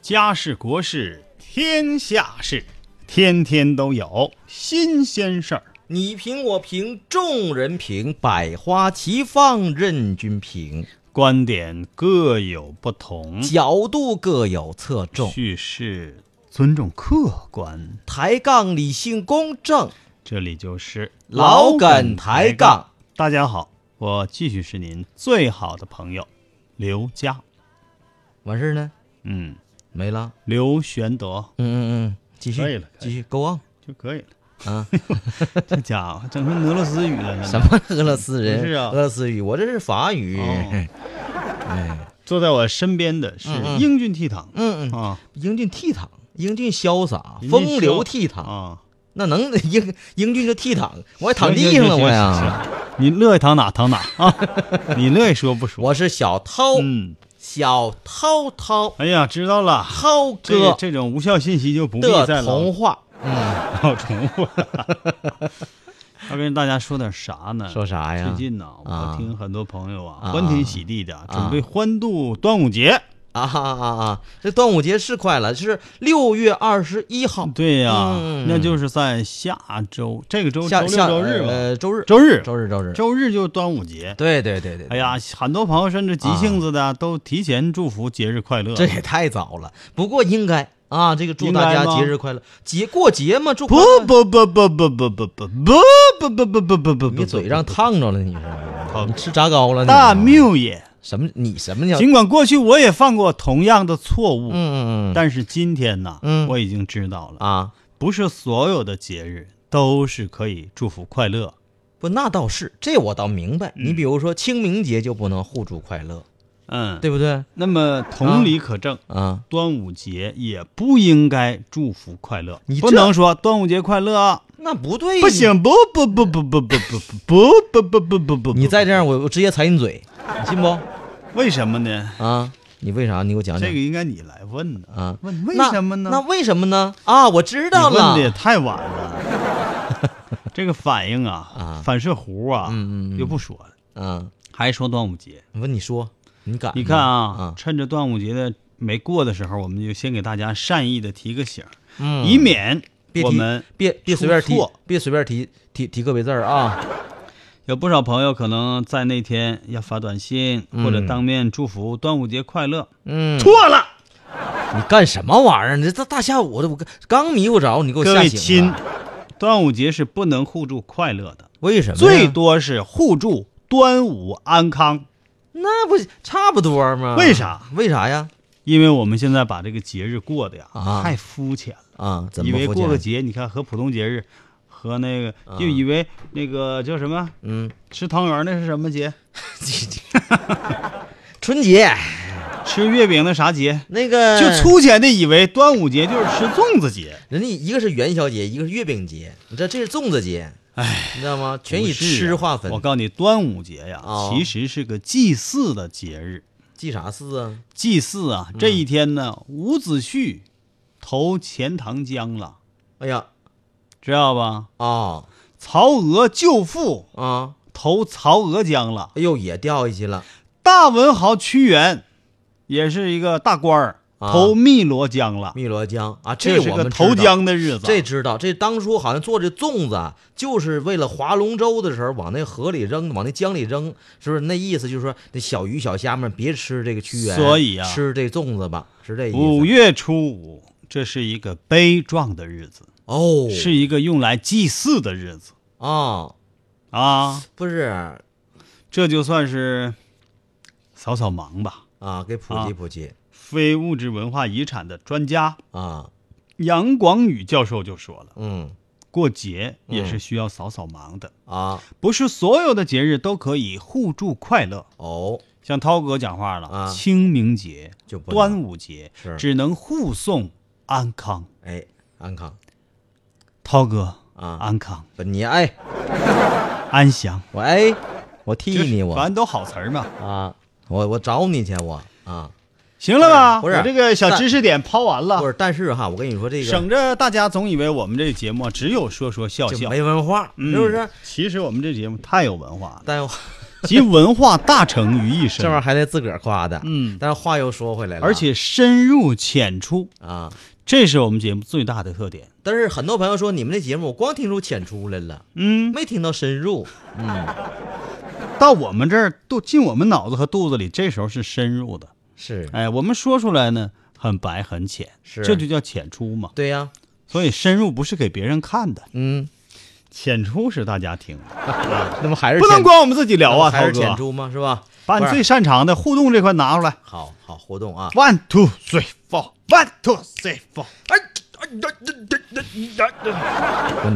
家事国事天下事，天天都有新鲜事儿。你评我评，众人评，百花齐放，任君评，观点各有不同，角度各有侧重，叙事尊重客观。抬杠理性公正，这里就是老梗抬杠。大家好，我继续是您最好的朋友刘佳。完事儿呢？嗯，没了。刘玄德嗯嗯嗯，继续，可以了可以继续，Go on 就可以了。啊！ 这家伙整成俄罗斯语了，什？么俄罗斯人？不是啊俄罗斯语，我这是法语。哦嗯哎，坐在我身边的是嗯嗯英俊倜傥嗯嗯，啊，英俊倜傥，英俊潇洒，人家风流说倜傥，啊。那能英英俊就倜傥，我还躺地上了我呀。呀！你乐意躺哪躺哪啊！ 你乐意说不说？我是小涛，嗯，小涛涛，哎呀，知道了，涛这哥这种无效信息就不必再的老童话。老重复了。要跟大家说点啥呢？说啥呀最近呢，我啊听很多朋友啊，啊欢天喜地的准备欢度端午节。啊啊啊啊！这端午节是快了，是六月二十一号，对呀、嗯那就是在下周，这个周周下六下周日吧，呃周日周日周日周日，周日就端午节。对对对对，啊哎呀，很多朋友甚至急性子的、都提前祝福节日快乐。这也太早了，不过应该啊，这个祝应大家该吗节日快乐，节过节嘛，祝不快乐不不不不不不不不不不不不不不，你嘴让烫着了，你是好你吃炸糕了？你啊大谬也。什么？你什么叫？嗯尽管过去我也犯过同样的错误，嗯嗯但是今天呢，嗯我已经知道了，啊，不是所有的节日都是可以祝福快乐。不，那倒是，这我倒明白。你比如说清明节就不能互助快乐，嗯，。对不嗯对？那么同理可证，啊，端午节也不应该祝福快乐，你不这哎能说端午节快乐啊，那不对，不，行，不不不不不不不不不不不不不， 你再这样，我我直接踩你嘴，你信不？为什么呢？啊，你为啥？你给我讲讲这个应该你来问呢啊？问为那什么呢？那为什么呢？啊，我知道你了问的也太晚了。 这个反应啊，啊反射弧啊，嗯嗯嗯就不说了，啊，还说端午节。不，你说，你敢吗？你看啊啊，，趁着端午节的没过的时候，我们就先给大家善意的提个醒儿，嗯以免别我提们别别随便出提错，别随便提提提个别字儿啊！有不少朋友可能在那天要发短信或者当面祝福端午节快乐，嗯，错了。你干什么玩意儿？你这大大下午的，我刚迷糊着，你给我各吓位醒亲了。，端午节是不能互助快乐的，为什么呀？最多是互助端午安康。那不差不多吗？为啥？为啥呀？因为我们现在把这个节日过的呀、啊太肤浅了，啊，怎么以为不过个见节，你看和普通节日，和那个、就以为那个叫什么嗯，吃汤圆儿那是什么节，春节吃月饼那啥节，那个就粗浅的以为端午节就是吃粽子节，人家一个是元宵节，一个是月饼节，你这这是粽子节，哎，你知道吗？全以不是啊吃划分我，告诉你，端午节呀、哦其实是个祭祀的节日。祭啥祀啊？祭祀啊，这一天呢，伍子胥投钱塘江了，哎呀，知道吧？啊曹娥舅父啊，投曹娥江了。哎呦也掉下去了，大文豪屈原也是一个大官儿，啊投汨罗江了。汨罗江啊，这是我个们投知道江的日子。这知道，这当初好像做这粽子啊，就是为了划龙舟的时候往那河里扔，往那江里扔，是不是？那意思就是说，那小鱼小虾们别吃这个屈原，所以啊吃这粽子吧，是这意思。五月初五，这是一个悲壮的日子，哦，是一个用来祭祀的日子啊、啊。不是啊，这就算是扫扫盲吧。给普啊及普及非物质文化遗产的专家啊，杨广宇教授就说了，嗯过节也是嗯需要扫扫盲的，啊，不是所有的节日都可以互助快乐。哦，像涛哥讲话了，啊清明节、就不能端午节是只能互送安康。哎，安康涛哥，啊安康、不，你哎，安详，我哎，我替就是你我反正都好词儿嘛。啊，我我找你去我啊，行了吧？不是我这个小但知识点抛完了不，是，但是哈，我跟你说这个省着大家总以为我们这节目只有说说笑就笑，没文化，嗯是不是？？其实我们这节目太有文化了， 但集文化大成于一身，这玩意儿还得自个儿夸的，嗯但是话又说回来了，而且深入浅出，啊，这是我们节目最大的特点。但是很多朋友说你们这节目我光听出浅出来了，嗯，没听到深入，到我们这儿都进我们脑子和肚子里，这时候是深入的。是哎，我们说出来呢，很白很浅，是这就叫浅出嘛。对呀、所以深入不是给别人看的，嗯，啊浅出是大家听的，那么还是不能浅光我们自己聊啊，还涛是浅哥，出吗？是吧？把你不是最擅长的互动这块拿出来。好好活动啊， One two three four, one two three four。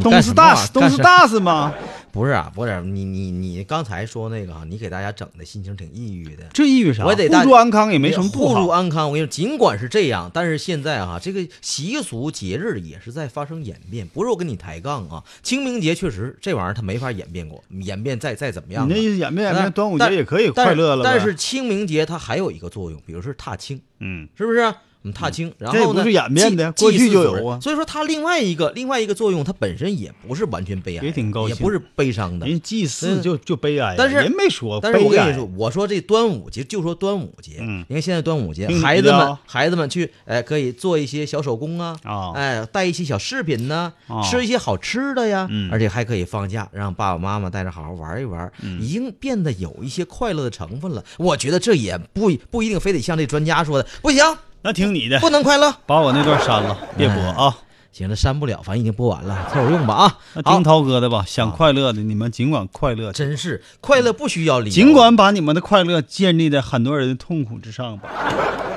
东斯啊大斯，东斯大大斯吗？不是啊，不是你你你刚才说那个啊，你给大家整的心情挺抑郁的。这抑郁啥？我得大啊互助安康也没什么不互助好。安康，我跟你说，尽管是这样，但是现在啊，这个习俗节日也是在发生演变。不是我跟你抬杠啊，清明节确实这玩意儿它没法演变过，演变再再怎么样你吧，那意思演变演变，但端午但节也可以但快乐了呗嗯但是清明节它还有一个作用，比如是踏青，嗯，是不是？我们踏青，然这后不呢，是演变的祭过去祭祀就祖有人啊所以说它另外一个另外一个作用，它本身也不是完全悲哀的，也挺高也兴不是悲伤的。人祭祀就就悲哀了，嗯但是人没说呃悲但哀。是我跟你说，我说这端午节就说端午节，嗯你看现在端午节听，你孩子的们哦孩子们去，哎，可以做一些小手工啊，哦哎，带一些小饰品呐，哦吃一些好吃的呀，嗯而且还可以放假，让爸爸妈妈带着好好玩一玩，嗯已经变得有一些快乐的成分了。我觉得这也不不一定非得像这专家说的，不行，那听你的不，能快乐。把我那段删了，别播啊。行了，删不了，反正已经播完了，凑合用吧啊。那听好，涛哥的吧，想快乐的你们尽管快乐，真是快乐不需要理由，尽管把你们的快乐建立在很多人的痛苦之上吧。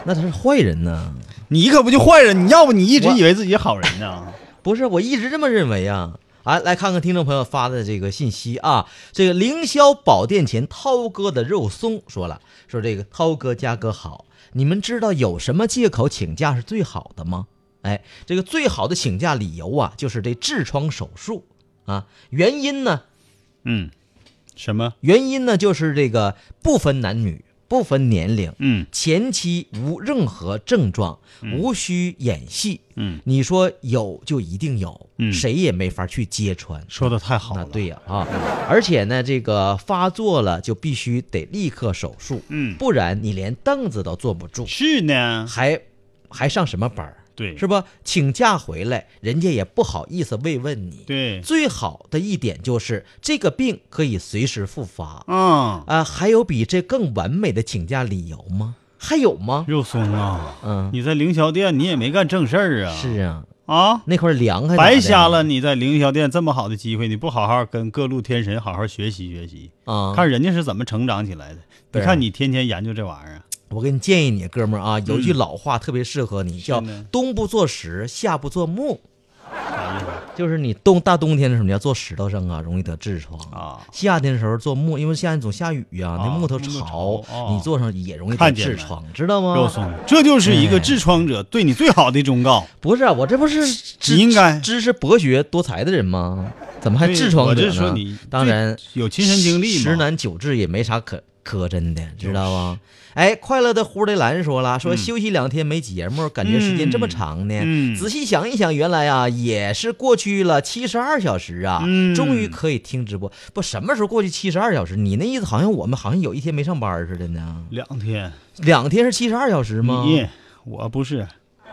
那他是坏人呢。你可不就坏人？你要不你一直以为自己好人 呢？不是，我一直这么认为啊。啊，来看看听众朋友发的这个信息啊，这个凌霄宝殿前涛哥的肉松说了，说这个涛哥嘉哥好，你们知道有什么借口请假是最好的吗？哎，这个最好的请假理由啊，就是这痔疮手术啊，原因呢，嗯，什么？原因呢就是这个不分男女，不分年龄，嗯前期无任何症状，无需演戏。嗯，你说有就一定有，嗯谁也没法去揭穿。说的太好那了。对呀啊，而且呢，这个发作了就必须得立刻手术，嗯不然你连凳子都坐不住，是呢，还还上什么班儿？对，是吧？请假回来，人家也不好意思慰问你。对，最好的一点就是这个病可以随时复发。嗯，啊，还有比这更完美的请假理由吗？还有吗？肉松啊，嗯，你在凌霄店你也没干正事儿啊，是啊，啊，那块凉还白瞎瞎了！你在凌霄店这么好的机会，你不好好跟各路天神好好学习学习，啊！看人家是怎么成长起来的。你对啊看你天天研究这玩意儿，我给你建议你，哥们儿啊，有句老话特别适合你，叫嗯呢“冬不做石，夏不做木啥意思”，就是你冬大冬天的时候你要做石头上啊，容易得痔疮；啊？夏天的时候做木，因为夏天总下雨呀、啊那木头木头潮，潮哦你坐上也容易得看见痔了疮，知道吗？肉松，这就是一个痔疮者对你最好的忠告。不是啊，我这不是知应该知识博学多才的人吗？怎么还对痔疮我者就呢？说你当最然有亲身经历十嘛。男九痔也没啥可可真的，知道吗？哎，快乐的胡德兰说了，说休息两天没节目，感觉时间这么长呢。嗯嗯嗯仔细想一想，原来啊也是过去了七十二小时啊，嗯终于可以听直播。不，什么时候过去七十二小时？你那意思好像我们好像有一天没上班似的呢？两天，两天是七十二小时吗？你我不是，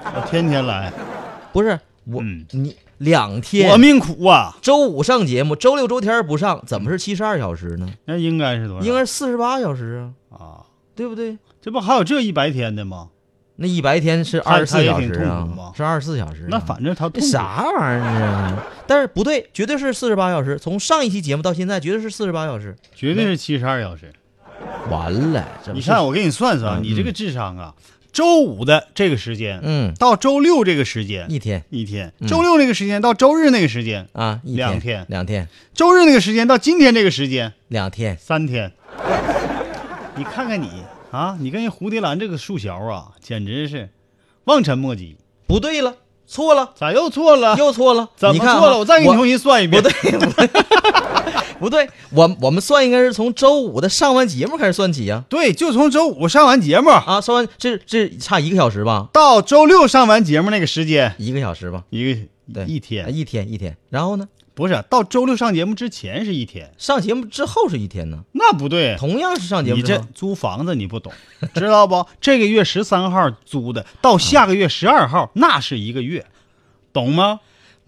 我天天来，不是我，嗯你两天我命苦啊。周五上节目，周六周天不上，怎么是七十二小时呢？那应该是多少？应该是四十八小时啊，啊，对不对？这不还有这一白天的吗？那一白天是他二十他四也小挺时痛苦啊，吗是二十四小时啊、那反正他痛这苦啥玩意儿啊？但是不对，绝对是四十八小时。从上一期节目到现在，绝对是四十八小时。绝对是七十二小时。完了，这不你是看，我给你算算，嗯你这个智商啊，周五的这个时间，嗯到周六这个时间一天一天，嗯周六那个时间到周日那个时间，啊，一两天天，两天，周日那个时间到今天这个时间，两天，三天。你看看你啊，你跟人蝴蝶兰这个树梢啊，简直是望尘莫及。不对了，错了，咋又错了？又错了， 怎你么看啊错了？我再给你重新算一不遍。对， 不对，我我们算应该是从周五的上完节目开始算起呀、对，就从周五上完节目啊。上完这这差一个小时吧，到周六上完节目那个时间，一个小时吧，一个对，一啊天一天一天。然后呢，不是到周六上节目之前是一天，上节目之后是一天呢，那不对。同样是上节目你之这后，租房子你不懂，知道不？这个月十三号租的，到下个月十二号那是一个月，懂吗？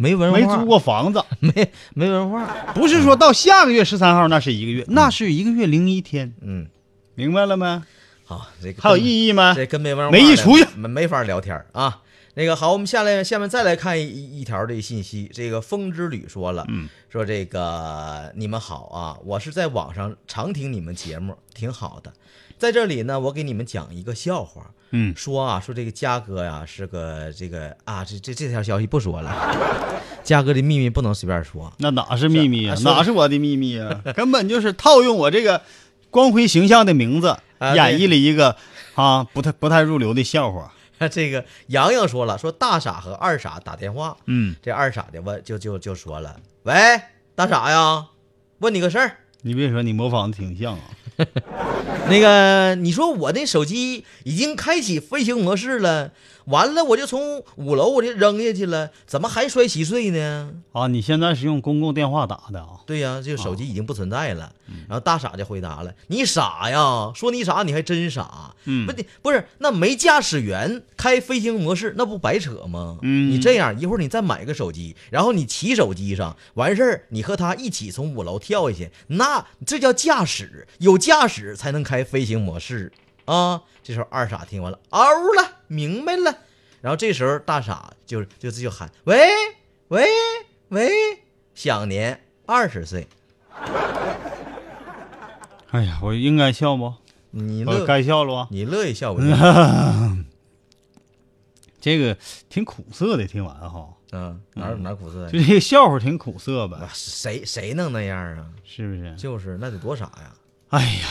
没文化，没租，过房子，没没文化，不是说到下个月十三号那是一个月，那是一个月零一天，嗯，明白了没？好，这个还有根本意义吗？这跟没文化没意出去没没法聊天儿啊。那个好，我们下来下面再来看一一条这个信息，这个风之旅说了，嗯，说这个你们好啊，我是在网上常听你们节目，挺好的，在这里呢，我给你们讲一个笑话。嗯说啊，说这个嘉哥呀、是个这个啊，这这这条消息不说了， 嘉哥的秘密不能随便说。那哪是秘密啊？是啊说哪是我的秘密啊？根本就是套用我这个光辉形象的名字，啊演对绎了一个啊不太不太入流的笑话。 这个洋洋说了，说大傻和二傻打电话，嗯，这二傻的问就就就说了，喂，大傻呀，问你个事儿，你别说，你模仿的挺像啊。那个你说我那手机已经开启飞行模式了，完了我就从五楼我就扔下去了，怎么还摔稀碎呢？啊，你现在是用公共电话打的啊？对呀、这个手机已经不存在了。哦然后大傻就回答了：“你傻呀，说你傻你还真傻。嗯不，你不是那没驾驶员开飞行模式，那不白扯吗？嗯你这样一会儿你再买个手机，然后你骑手机上完事儿，你和他一起从五楼跳下去，那这叫驾驶，有驾驶才能开飞行模式啊。这时候二傻听完了，嗷了，明白了。然后这时候大傻就就就喊喂喂喂，享年二十岁。哎呀，我应该笑不？你我乐呃该笑了吧？你乐意笑不笑？这个挺苦涩的，听完哈，嗯，哪儿哪儿苦涩呀就？这个笑话挺苦涩啊吧？谁谁能那样啊？是不是？就是那得多傻呀！哎呀，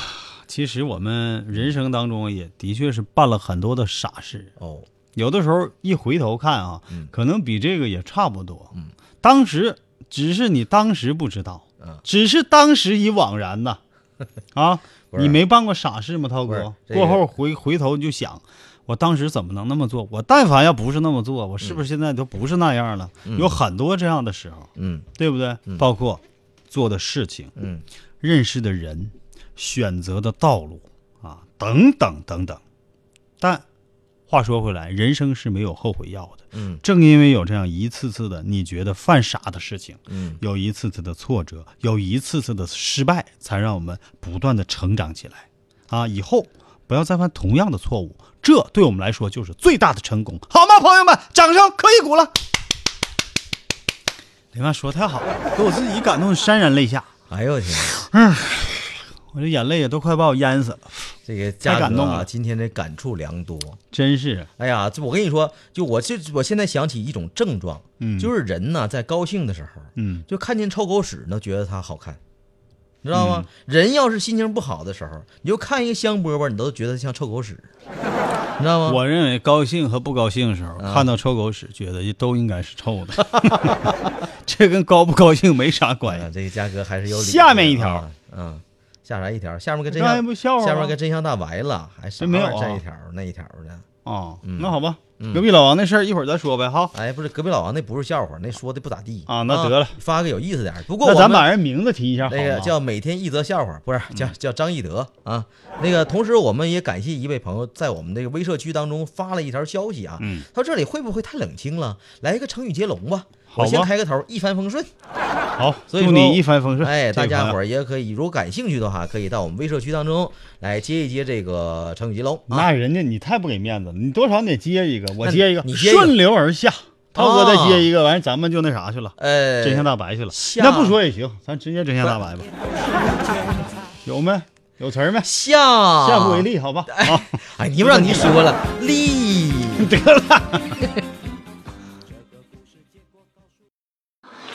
其实我们人生当中也的确是办了很多的傻事，哦，有的时候一回头看啊，嗯可能比这个也差不多。当时只是你当时不知道，嗯只是当时已惘 然呐。啊，不是你没办过傻事吗，涛不是哥？这个过后回回头就想，我当时怎么能那么做？我但凡要不是那么做，我是不是现在都不是那样了？有很多这样的时候，嗯对不对？包括做的事情、嗯，认识的人、选择的道路啊，等等等等。但话说回来，人生是没有后悔药的。嗯，正因为有这样一次次的你觉得犯傻的事情，嗯，有一次次的挫折，有一次次的失败，才让我们不断的成长起来。啊，以后不要再犯同样的错误，这对我们来说就是最大的成功，好吗，朋友们？掌声可以鼓了。林曼说太好了，给我自己感动潸然泪下，哎呦我天，我这眼泪也都快把我淹死了，这个嘉感哥动啊，了今天的感触良多。真是。哎呀，这我跟你说，就我这我现在想起一种症状，嗯，就是人呢在高兴的时候，嗯，就看见臭狗屎呢，觉得它好看，你知道嗯吗？人要是心情不好的时候，你就看一个香饽饽，你都觉得像臭狗 屎，你知道吗？我认为高兴和不高兴的时候，啊看到臭狗屎，觉得都应该是臭的， 这跟高不高兴没啥关啊，系。这个嘉哥还是有理的啊。下面一条嗯，下啥一条？下面个真刚才相不笑话下面吗个真相大白了，还是这没有啊这一条那一条的？哦，嗯那好吧，隔壁老王那事儿一会儿再说呗，哈。哎，不是隔壁老王那不是笑话，那说的不咋地啊那得了发个有意思点儿。不过那我咱们把人名字提一下好嗯那个吗？叫每天一则笑话，不是叫叫张一德啊。那个同时，我们也感谢一位朋友在我们这个微社区当中发了一条消息啊。嗯，他说这里会不会太冷清了？来一个成语接龙吧。好我先吧开个头，一帆风顺。好，所以祝说你一帆风顺。哎，大家伙儿，儿也可以，如果感兴趣的话，可以到我们微社区当中来接一接这个成语接龙啊。那人家你太不给面子了，你多少得接一个，我那接一个，你接一个啊顺流而下。涛哥再接一个，完了咱们就那啥去了，呃，真相大白去了。下那不说也行，咱直接真相大白吧。有没？有词儿没？下下不为。例，好吧？啊，啊哎，你又让你说了，力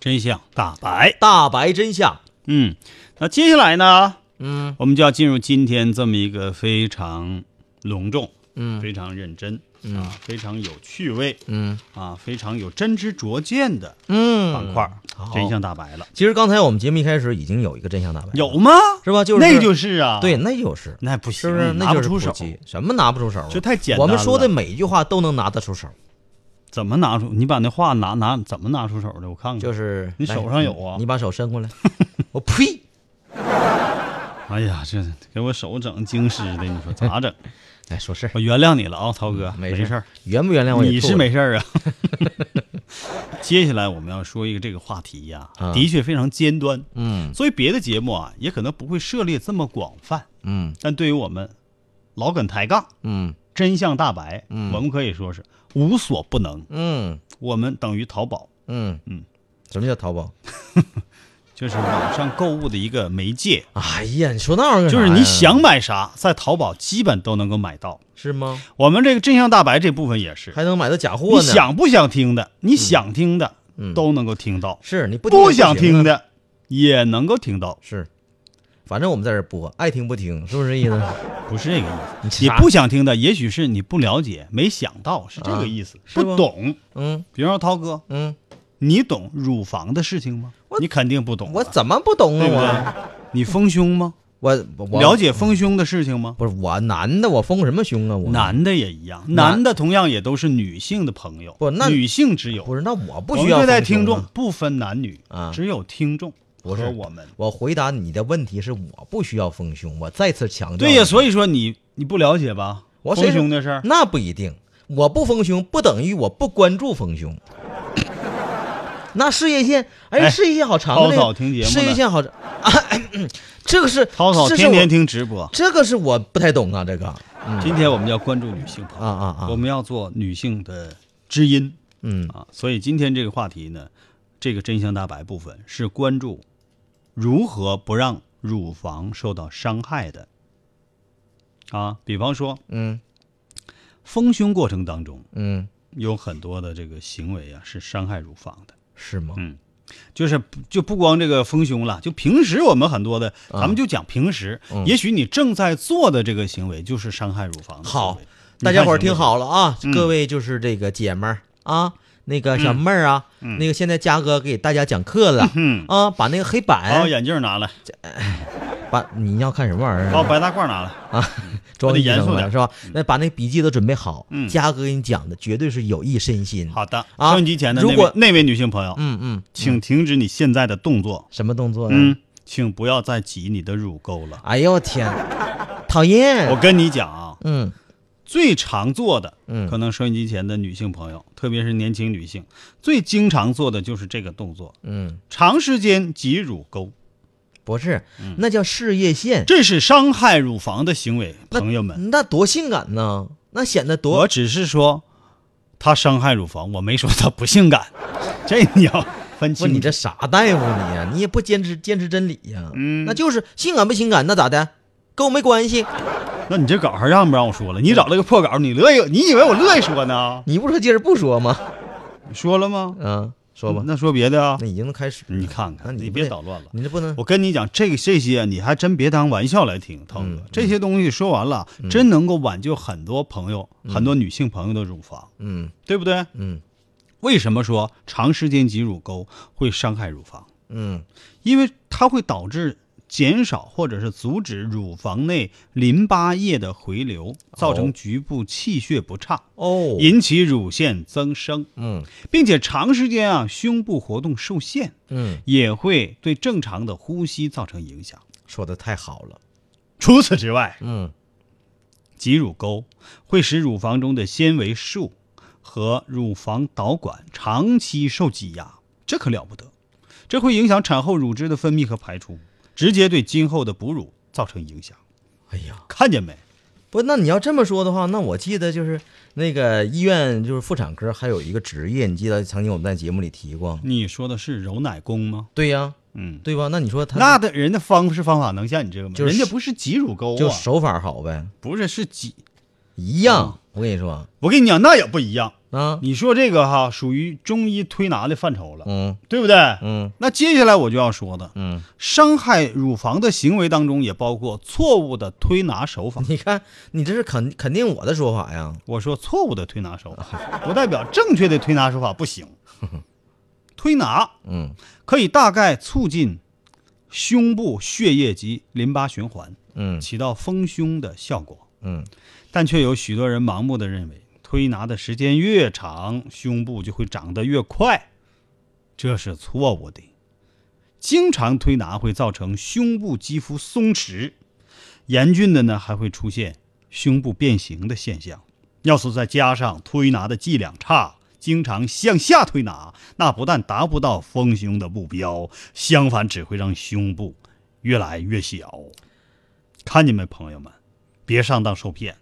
真相大白。大白真相，嗯，那接下来呢，嗯我们就要进入今天这么一个非常隆重、嗯非常认真、嗯啊、非常有趣味嗯啊、非常有真知灼见的嗯板块儿，好真相大白了。其实刚才我们节目一开始已经有一个真相大白了，有吗？是吧？就是那就是啊，对，，那就是那不是行，不是？那拿不就是出普手，及，什么拿不出手啊？这太简单我了。们说的每一句话都能拿得出手，怎么拿出？你把那话拿拿怎么拿出手的？我看看。就是你来手上有啊你把手伸过 来，我呸！哎呀，这给我手整惊湿的，你说咋 整？哎，说事儿我原谅你了啊，涛哥，嗯没事事儿，原不原谅我也你吐是了没事儿啊。 接下来我们要说一个这个话题呀、啊的确非常尖端，嗯所以别的节目啊也可能不会涉猎这么广泛，嗯但对于我们老梗抬杠、嗯真相大白，嗯我们可以说是无所不能。嗯我们等于淘宝，嗯嗯，什么叫淘宝？就是网上购物的一个媒介，哎呀，你说那玩意儿干啥就呀是你想买啥，在淘宝基本都能够买到。是吗？我们这个真相大白这部分也是，还能买到假货你呢？想不想听的，你想听的嗯都能够听到，是你不不行想听啊的也能够听到，是，反正我们在这儿播，爱听不听，是不是意 思？不是这个意思。你你啥不想听的，也许是你不了解、没想到，是这个意思，啊是吗不懂。嗯比方说涛哥，嗯，你懂乳房的事情吗？你肯定不懂啊，我怎么不懂对不对啊？？你丰胸吗？我我我了解丰胸的事情吗？不是我男的，我丰什么胸啊？我男的也一样，男男的同样也都是女性的朋友，不那女性之友不是，那我不我需们要对待丰胸听众啊。不分男女啊只有听众不是和我们。我回答你的问题是我不需要丰胸，我再次强调。对呀，所以说你你不了解吧？我谁丰知胸的事儿，那不一定，我不丰胸不等于我不关注丰 胸。那事业线，哎，哎事业线好长啊涛这个嫂听节目呢事业线好长啊，这个是涛涛这是天天我，听直播。这个是我不太懂啊，这个今天我们要关注女性朋啊友，啊啊我，们要做女性的知音嗯啊。所以今天这个话题呢，这个真相大白部分是关注如何不让乳房受到伤害的啊。比方说，嗯丰胸过程当中嗯，有很多的这个行为啊，是伤害乳房的。是吗？就是就不光这个丰胸了，就平时我们很多的，啊咱们就讲平时，嗯也许你正在做的这个行为就是伤害乳房的行为。好，大家伙儿你看听行不行，好了啊，嗯各位就是这个姐们儿啊，那个小妹儿啊，那个现在嘉哥给大家讲课了嗯啊，把那个黑把我板，眼镜拿来，把你要看什么玩意儿把我啊？白大褂拿来。装我得严医肃生点了是吧？那把那笔记都准备好嗯，嘉哥给你讲的绝对是有益身心。好的，啊收音机前的如那位果那位女性朋友，嗯嗯，请停止你现在的动作，什么动作？嗯，，请不要再挤你的乳沟了。哎呦我天，讨我厌。跟你讲啊，嗯最常做的，嗯可能收音机前的女性朋友，特别是年轻女性，最经常做的就是这个动作，嗯，长时间挤乳沟。不是，那叫事业线，这是伤害乳房的行为，朋友们。那多性感呢？那显得多我只是说，他伤害乳房，我没说他不性 感，这你要不分清是楚。你这啥大夫你啊呀、你也不坚持坚持真理呀、嗯那就是性感不性感，那咋的？跟我没关系。那你这稿还让不让我说了？你找了个破稿，你乐意？你以为我乐意说呢？你不说接着不说吗？你说了吗？嗯，说吧。那说别的啊那。已经开始了，你看那看，你你不别得嗯捣乱了。你这不能我跟你讲，这个这些你还真别当玩笑来听，涛嗯哥，这些东西说完了，真能够挽救很多朋友、很多女性朋友的乳房，嗯对不对？嗯为什么说长时间挤乳沟会伤害乳房？嗯因为它会导致减少或者是阻止乳房内淋巴液的回流，造成局部气血不畅，哦，引起乳腺增生，嗯并且长时间啊胸部活动受限，嗯，也会对正常的呼吸造成影响。说的太好了，除此之外，嗯，挤乳沟会使乳房中的纤维束和乳房导管长期受挤压，这可了不得，这会影响产后乳汁的分泌和排出，直接对今后的哺乳造成影响。哎呀，看见没？不，那你要这么说的话，那我记得就是那个医院就是妇产科还有一个职业，你记得曾经我们在节目里提过，你说的是揉奶工吗？对呀、嗯，对吧？那你说他那的人的方式方法能像你这个吗？就是人家不是挤乳沟就啊，手法好呗，不是是挤。一样。嗯我跟你说我跟你讲，那也不一样。啊，你说这个哈，属于中医推拿的范畴了，嗯 对不对？嗯那接下来我就要说的，嗯，伤害乳房的行为当中也包括错误的推拿手法。你看你这是肯肯定我的说法呀，我说错误的推拿手法，不代表正确的推拿手法不 行。推拿嗯可以大概促进胸部血液及淋巴循环，嗯起到丰胸的效果，嗯，但却有许多人盲目的认为，推拿的时间越长，胸部就会长得越快，这是错误的。经常推拿会造成胸部肌肤松弛，严峻的呢还会出现胸部变形的现象。要是再加上推拿的剂量差，经常向下推拿，那不但达不到丰胸的目标，相反只会让胸部越来越小。看见没，朋友们，别上当受骗，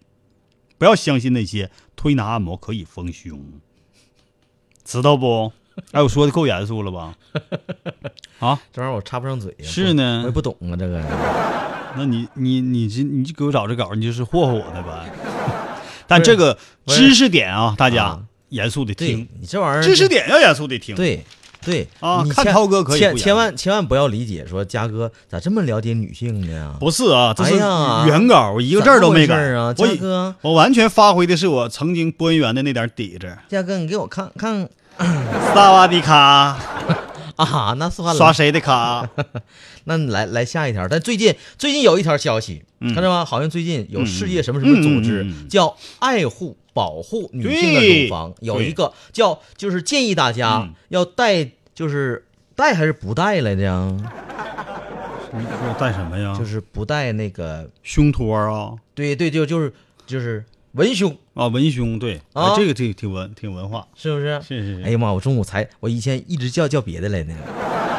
不要相信那些推拿按摩可以丰胸，知道不？哎，我说的够严肃了吧？啊，这玩意儿我插不上嘴呀，是呢我也不懂啊，这个那你你你这你就给我找这稿，你就是霍霍我 的呗。但这个知识点啊，大家啊严肃的对听，你这玩意儿知识点要严肃的听。，对对啊你看千涛哥可以千不一样千万千万不要理解说嘉哥咋这么了解女性呢呀？不是啊，这是哎呀原稿，一个字儿都没改咋回事啊我嘉以哥我完全发挥的是我曾经播音员的那点底子。嘉哥，你给我看看萨瓦迪卡，啊，那算了，刷谁 的卡？那你来来下一条。但最近最近有一条消息，看到吗？好像最近有世界什么什么组织、嗯嗯嗯嗯嗯叫爱护保护女性的乳房，对嗯有一个叫就是建议大家要带，就是带还是不带来着呀？你说带什么呀？就是不带那个，胸托啊对对，就就是就是文胸，啊，文胸对啊哎这个挺挺文挺文化。是不是？是是是哎呀妈，我中午才我以前一直叫叫别的来呢。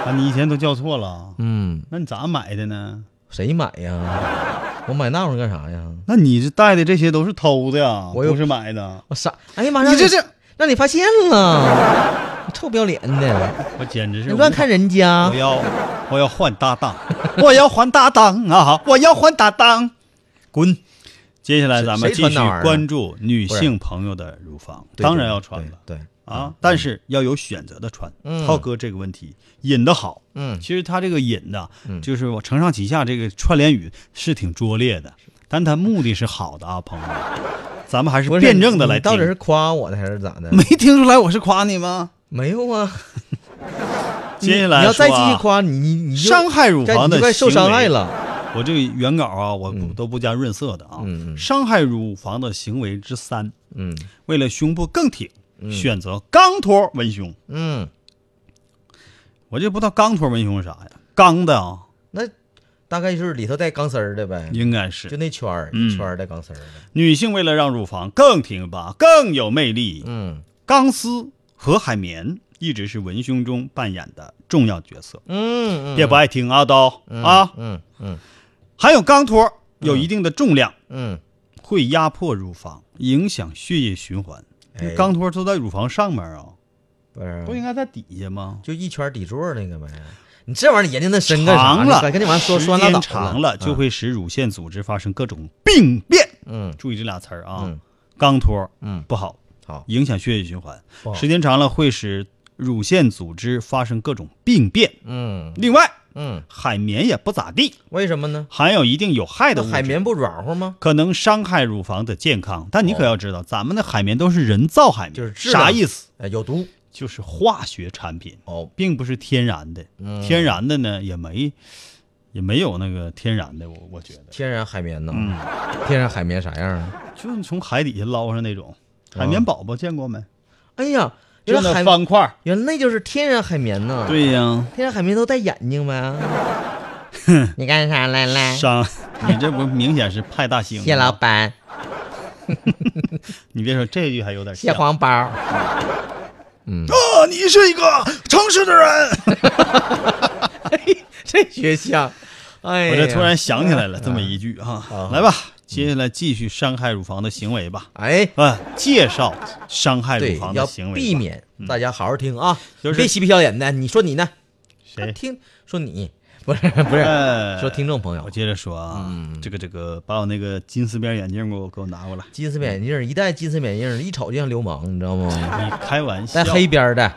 啊，你以前都叫错了，嗯，那你咋买的呢？谁买呀？我买那玩意儿干啥呀？那你这带的这些都是偷的呀，我又不是买的。我傻！哎呀妈，让你这是让你发现了， 你臭不要脸的，我简直是你乱看人家我。要我要换搭档， 我要换搭档啊！我要换搭档，滚！接下来咱们谁继谁穿续那玩意儿啊关注女性朋友的乳房，对当然要穿了。对，对啊，但是要有选择的穿。嗯涛哥这个问题引的好，嗯其实他这个引的，就是我承上启下这个串联语是挺拙劣的，但他目的是好的啊，朋 友们，咱们还是不是辩证的来你到底是听。夸我的还是咋的？没听出来我是夸你吗？没有啊，接下你来你要说再啊继续夸你，你你就伤害乳该房你的就该受行为伤害了。我这个原稿啊，我不都不加润色的啊。嗯嗯嗯伤害乳房的行为之三，嗯为了胸部更挺，选择钢托文胸。嗯，我就不知道钢托文胸是啥呀？钢的啊，那大概就是里头带钢丝儿的呗，应该嗯就是那圈儿嗯一圈儿带钢丝儿的。女性为了让乳房更挺拔、更有魅力，嗯钢丝和海绵一直是文胸中扮演的重要角色。嗯别不爱听啊都、啊，嗯嗯含有钢托有一定的重量，嗯，会压迫乳房，影响血液循环。因为哎钢托都在乳房上面啊。不是不应该在底下吗？就一圈底座那个呗。你这玩意儿研究那深干啥？长了，赶紧完说时说拉间倒长了就会使乳腺组织发生各种病变。嗯注意这俩词儿啊嗯，钢托嗯不好，好影响血液循环不，好时间长了会使乳腺组织发生各种病变。嗯另外，嗯，海绵也不咋地，为什么呢？含有一定有害的那物质海绵不软和吗？可能伤害乳房的健康。但你可要知道，咱们的海绵都是人造海绵，就是质量啥意思？哎，有毒就是化学产品。哦。并不是天然的，嗯天然的呢也没也没有那个天然的，我我觉得，天然海绵呢？嗯天然海绵啥样啊？就是从海底下捞上那种海绵宝宝，见过没？哎呀，就原来那啊海方块儿。原来就是天然海绵呢。，对呀、天然海绵都带眼睛呗。你干啥来了，伤，你这不明显是派大星吗？蟹老板、你别说这句还有点蟹像。黄包？啊，你是一个诚实的人。 这学像，哎呀，嗯哎我这突然想起来了这么一句啊哈，来吧，接下来继续伤害乳房的行为吧。哎，啊，介绍伤害对乳房，的要行为吧，嗯避免，大家好好听啊，就是别嬉皮笑脸的。你说你呢？谁听说你不是不是、哎说听众朋友我，接着说啊，嗯这个这个，把我那个金丝边眼镜给我给我拿过来。金丝眼镜儿一戴金丝眼镜儿，一瞅就像流氓，你知道吗？你开玩笑带？嗯黑边儿的，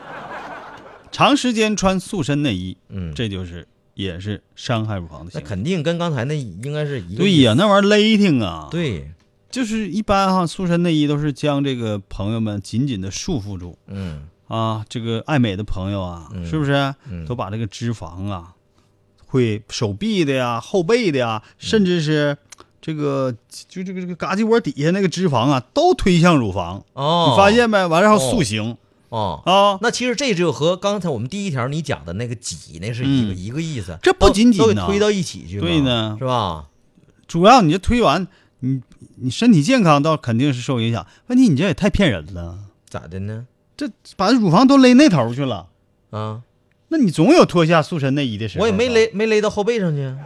长时间穿塑身内衣，嗯这就是也是伤害乳房的那行为。肯定跟刚才那应该是一个对意思。呀、那玩意儿勒挺啊。，对，就是一般哈，塑身内衣都是将这个朋友们紧紧的束缚住嗯，啊。这个爱美的朋友啊，嗯是不是、嗯都把这个脂肪啊，会手臂的呀、后背的呀，嗯甚至是这个就这个这个嘎叽窝底下那个脂肪啊，都推向乳房。哦，你发现没？完了还有哦塑形、哦。啊，那其实这就和刚才我们第一条你讲的那个挤，那是一个、嗯一个意思。这不都仅仅都给呢推到一起去嘛，对呢是吧？主要你这推完，你你身体健康倒肯定是受影响，问题你这也太骗人了，咋的呢？这把乳房都勒那头去了，啊，那你总有脱下塑身内衣的时候。我也没，勒没勒到后背上去啊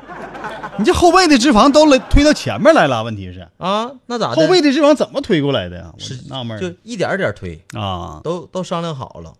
你这后背的脂肪都勒推到前面来了，问题是啊，那咋的？后背的脂肪怎么推过来的呀？我是纳闷就儿一点儿点儿推，啊，都都商量好了。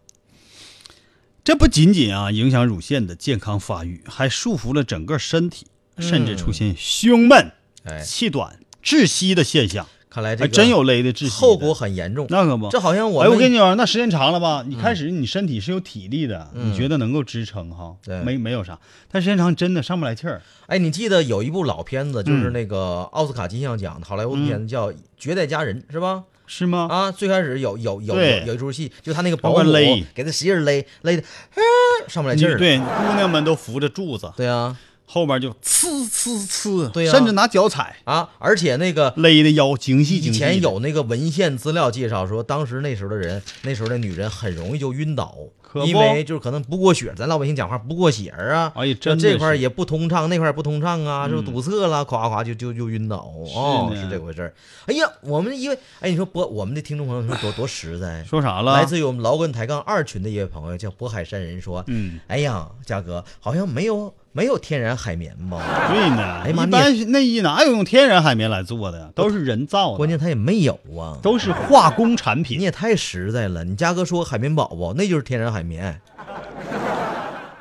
这不仅仅啊影响乳腺的健康发育，还束缚了整个身体，嗯甚至出现胸闷、哎，气短、窒息的现象，看来这还个真有勒的窒息的后果很严重。那可不，这好像我哎，们我跟你讲，那时间长了吧，你开始你身体是有体力的，嗯你觉得能够支撑哈对，没没有啥，但时间长真的上不来气儿。哎，你记得有一部老片子，嗯就是那个奥斯卡金像奖的好莱坞片子叫《绝代佳人》，是吧？是吗？啊，最开始有有有对有有一出戏，就他那个保他姆会勒给他使劲勒勒的，哎上不来你劲儿了。对姑娘们都扶着柱子，对啊后边就呲呲呲，对呀甚至拿脚踩啊！而且那个勒的腰精细以精细的。前有那个文献资料介绍说，当时那时候的人，那时候的女人很容易就晕倒，可不因为就是可能不过血，咱老百姓讲话不过血儿啊，哎呀真的这块儿是嗯也不通畅，那块儿也不通畅啊，是不是堵塞了，夸夸就就就晕倒，哦，呢是这回事儿。哎呀，我们因为哎，你说博我们的听众朋友说多多实在，说啥了来？自于我们老滚抬杠二群的一位朋友叫渤海山人说，嗯，哎呀，嘉哥好像没有没有天然海绵吧？对呢，哎呀妈一般内衣哪有用天然海绵来做的呀？都是人造关的，键他也没有啊。都是化工产你品。也太实在了，你嘉哥说海绵宝宝那就是天然海绵，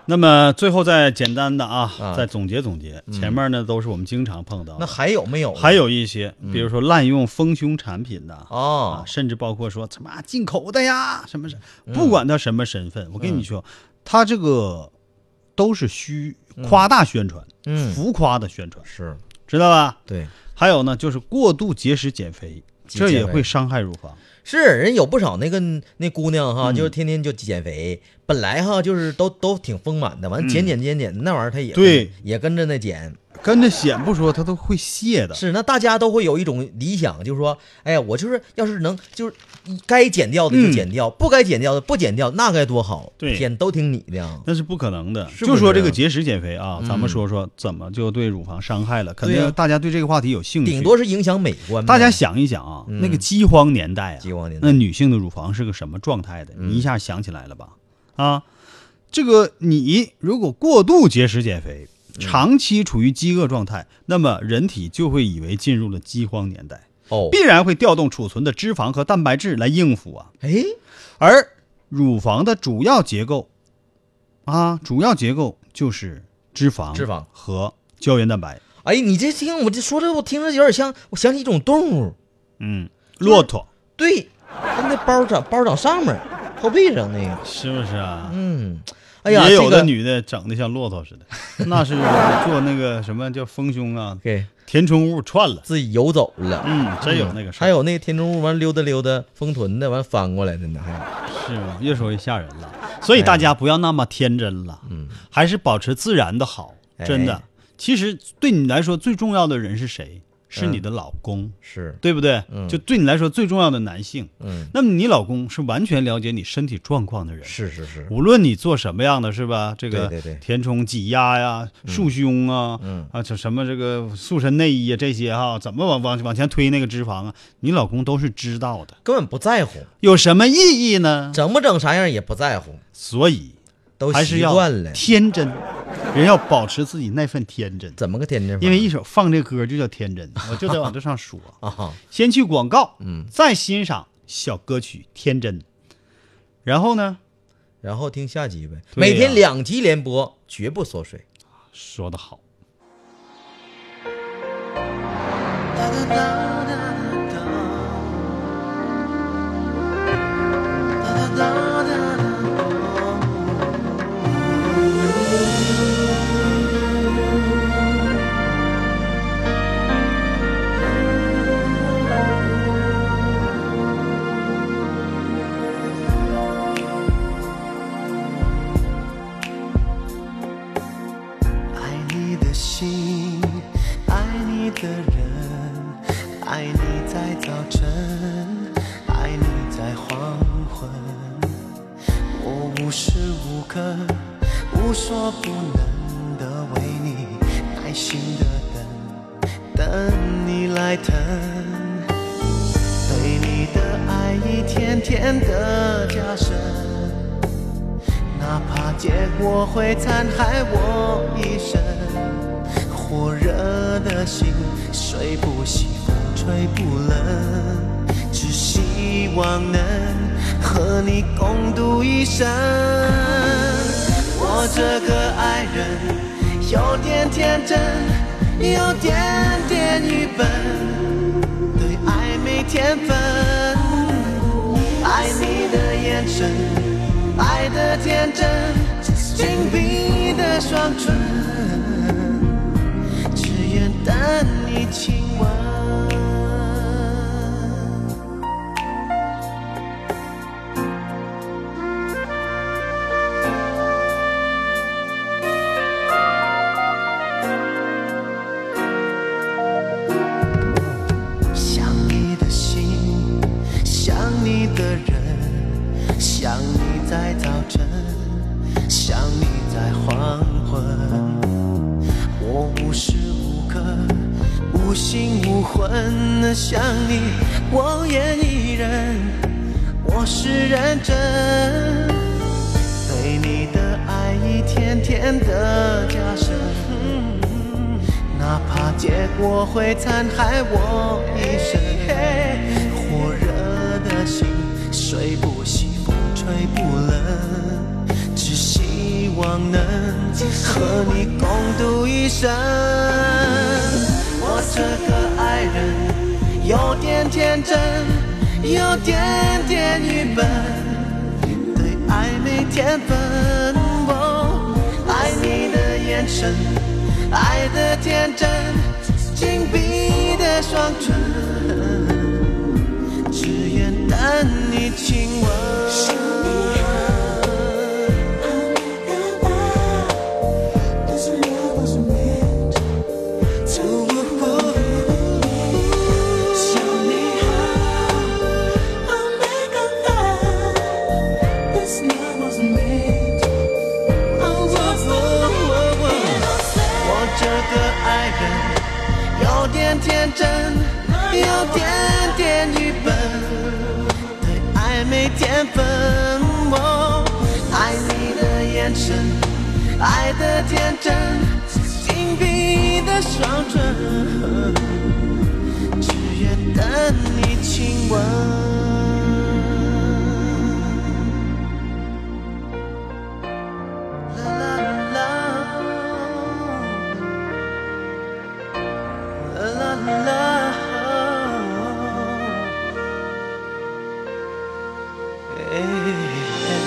那么最后再简单的啊啊，再总结总结，前面呢都是我们经常碰到的那。嗯还有没有呢？还有一些，比如说滥用丰胸产品的、啊哦，，甚至包括说什么进口的呀，什么什，嗯不管他什么身份，我跟你说，他这个都是虚夸大宣传，嗯浮夸的宣传，是知道吧？对，还有呢，就是过度节食减肥，节这也减肥会伤害乳房。是人有不少那个那姑娘嗯哈，就是天天就减肥，本来哈就是都都挺丰满的，完减减减减，那玩意儿她也嗯对也跟着那减，跟着显不说，他都会泄的。是那大家都会有一种理想，就是说，哎呀，我就是要是能就是该减掉的就减掉，不该减掉的不减掉，那该多好，嗯对嗯减都听你的呀，那是不可能的，是不就是说这个节食减肥啊，咱们嗯说说怎么就对乳房伤害了。肯对呀定大家对这个话题有兴趣，顶多是影响美观呗，大家想一想啊，嗯那个饥荒年代啊，饥荒年代那女性的乳房是个什么状态的？嗯你一下想起来了吧？啊，这个你如果过度节食减肥，嗯长期处于饥饿状态，那么人体就会以为进入了饥荒年代，哦，必然会调动储存的脂肪和蛋白质来应付啊。哎，而乳房的主要结构啊，主要结构就是脂肪、脂肪和胶原蛋白。哎，你这听我这说这，我听着有点像，我想起一种动物，嗯，骆驼对，它那包长包长上面儿，后背上那个，是不是啊？嗯，哎呀，也有这的个，女的整的像骆驼 似的，那是做那个什么叫丰胸啊，给填充物串了。自己游走了。嗯，真有那个事还儿，有那个天中屋完溜达溜达，封臀的完翻过来的呢，还有是吗？越说越吓人哎了。所以大家不要那么天真了，嗯，还是保持自然的好，哎真的。其实对你来说最重要的人是谁？是你的老公，是，对不对？嗯就对你来说最重要的男性。嗯，那么你老公是完全了解你身体状况的人，是是是，无论你做什么样的是吧？这个对对对填充挤压呀、束胸啊，嗯啊，这什么这个塑身内衣啊，这些哈、怎么往往往前推那个脂肪啊？你老公都是知道的，根本不在乎，有什么意义呢？整不整啥样也不在乎，所以都还是习要惯了。天真，人要保持自己那份天真。怎么个天真法？因为一首放这歌就叫 天真，我就得往这上说。啊，先去广告，嗯，再欣赏小歌曲《天真》，然后呢，然后听下集呗，对每呀天两集连播，绝不缩水。说得好，爱你的心，爱你的人，爱你在早晨，爱你在黄昏。我无时无刻、无所不能的为你耐心的等，等你来疼。对你的爱一天天的加深。哪怕结果会残害我一生。火热的心，睡不醒，风吹不冷，只希望能和你共度一生。我这个爱人，有点天真，有点点愚笨，对爱没天分。爱你的眼神，爱的天真，紧闭的双唇，只愿等你亲吻。想你的心，想你的人，想你在早晨，想你在黄昏。我无时无刻无心无魂的想你，我也一人，我是认真。对你的爱一天天的加深。嗯哪怕结果会残害我一生。火热的心，睡不醒，风吹不冷，只希望能和你共度一生。我这个爱人，有点天真，有点点愚笨。对爱没天分。哦爱你的眼神，爱的天真，紧闭的双唇，只愿等你亲吻。我这个爱人有点天真，有点点愚笨，对爱没天分。哦，爱你的眼神，爱的天真，紧闭的双唇，只愿等你亲吻。啦啦啦，啦啦啦，哎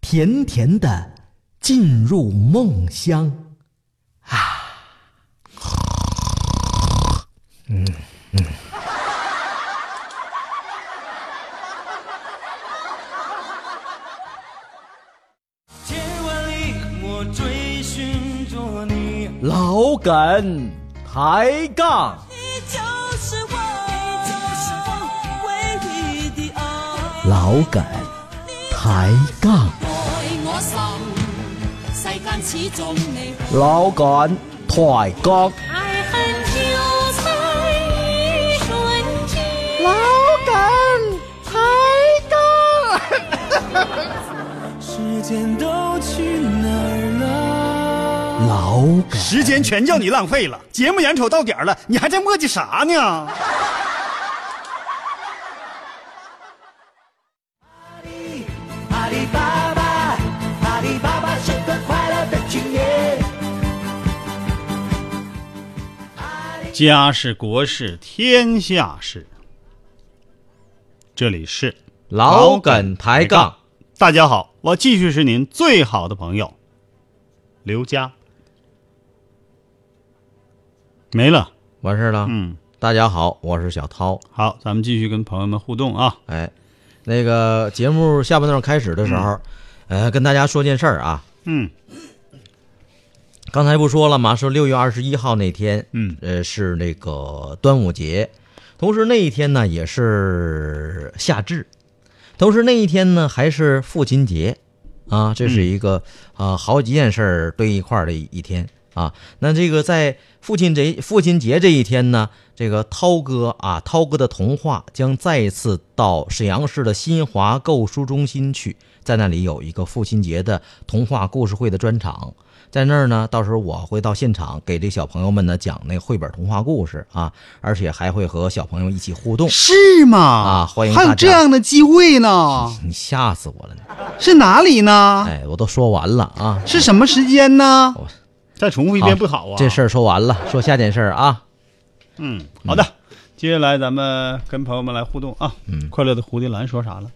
甜甜的进入梦乡。千万里，我追寻着你。老梗抬杠。你就是我，唯一的爱。老梗抬杠，愛我心，世間始終你。老梗抬杠，愛恨就在一瞬間。老梗抬杠。时间都去哪儿了？老梗时间全叫你浪费了，节目眼瞅到点儿了，你还在磨叽啥呢？阿里巴巴，阿里巴巴是个快乐的青年。家事国事天下事，这里是老梗抬杠，。大家好，我继续是您最好的朋友刘佳。没了，完事儿了。嗯，大家好，我是小涛。好，咱们继续跟朋友们互动啊。哎，那个节目下半段开始的时候，呃，跟大家说件事儿啊。嗯刚才不说了吗？说六月二十一号那天，嗯呃，是那个端午节，同时那一天呢也是夏至，同时那一天呢还是父亲节，啊，这是一个啊、呃好几件事儿堆一块儿的一一天啊。那这个在父亲节父亲节这一天呢，这个涛哥啊，涛哥的童话将再一次到沈阳市的新华购书中心去，在那里有一个父亲节的童话故事会的专场。在那儿呢，到时候我会到现场给这小朋友们呢讲那绘本童话故事啊，而且还会和小朋友一起互动。是吗？啊欢迎大家还有这样的机会呢？你吓死我了！你是哪里呢？哎，我都说完了啊。是什么时间呢？再重复一遍不好哦啊。这事儿说完了，说下件事儿啊。嗯，好的。接下来咱们跟朋友们来互动啊。嗯，快乐的蝴蝶兰说啥了？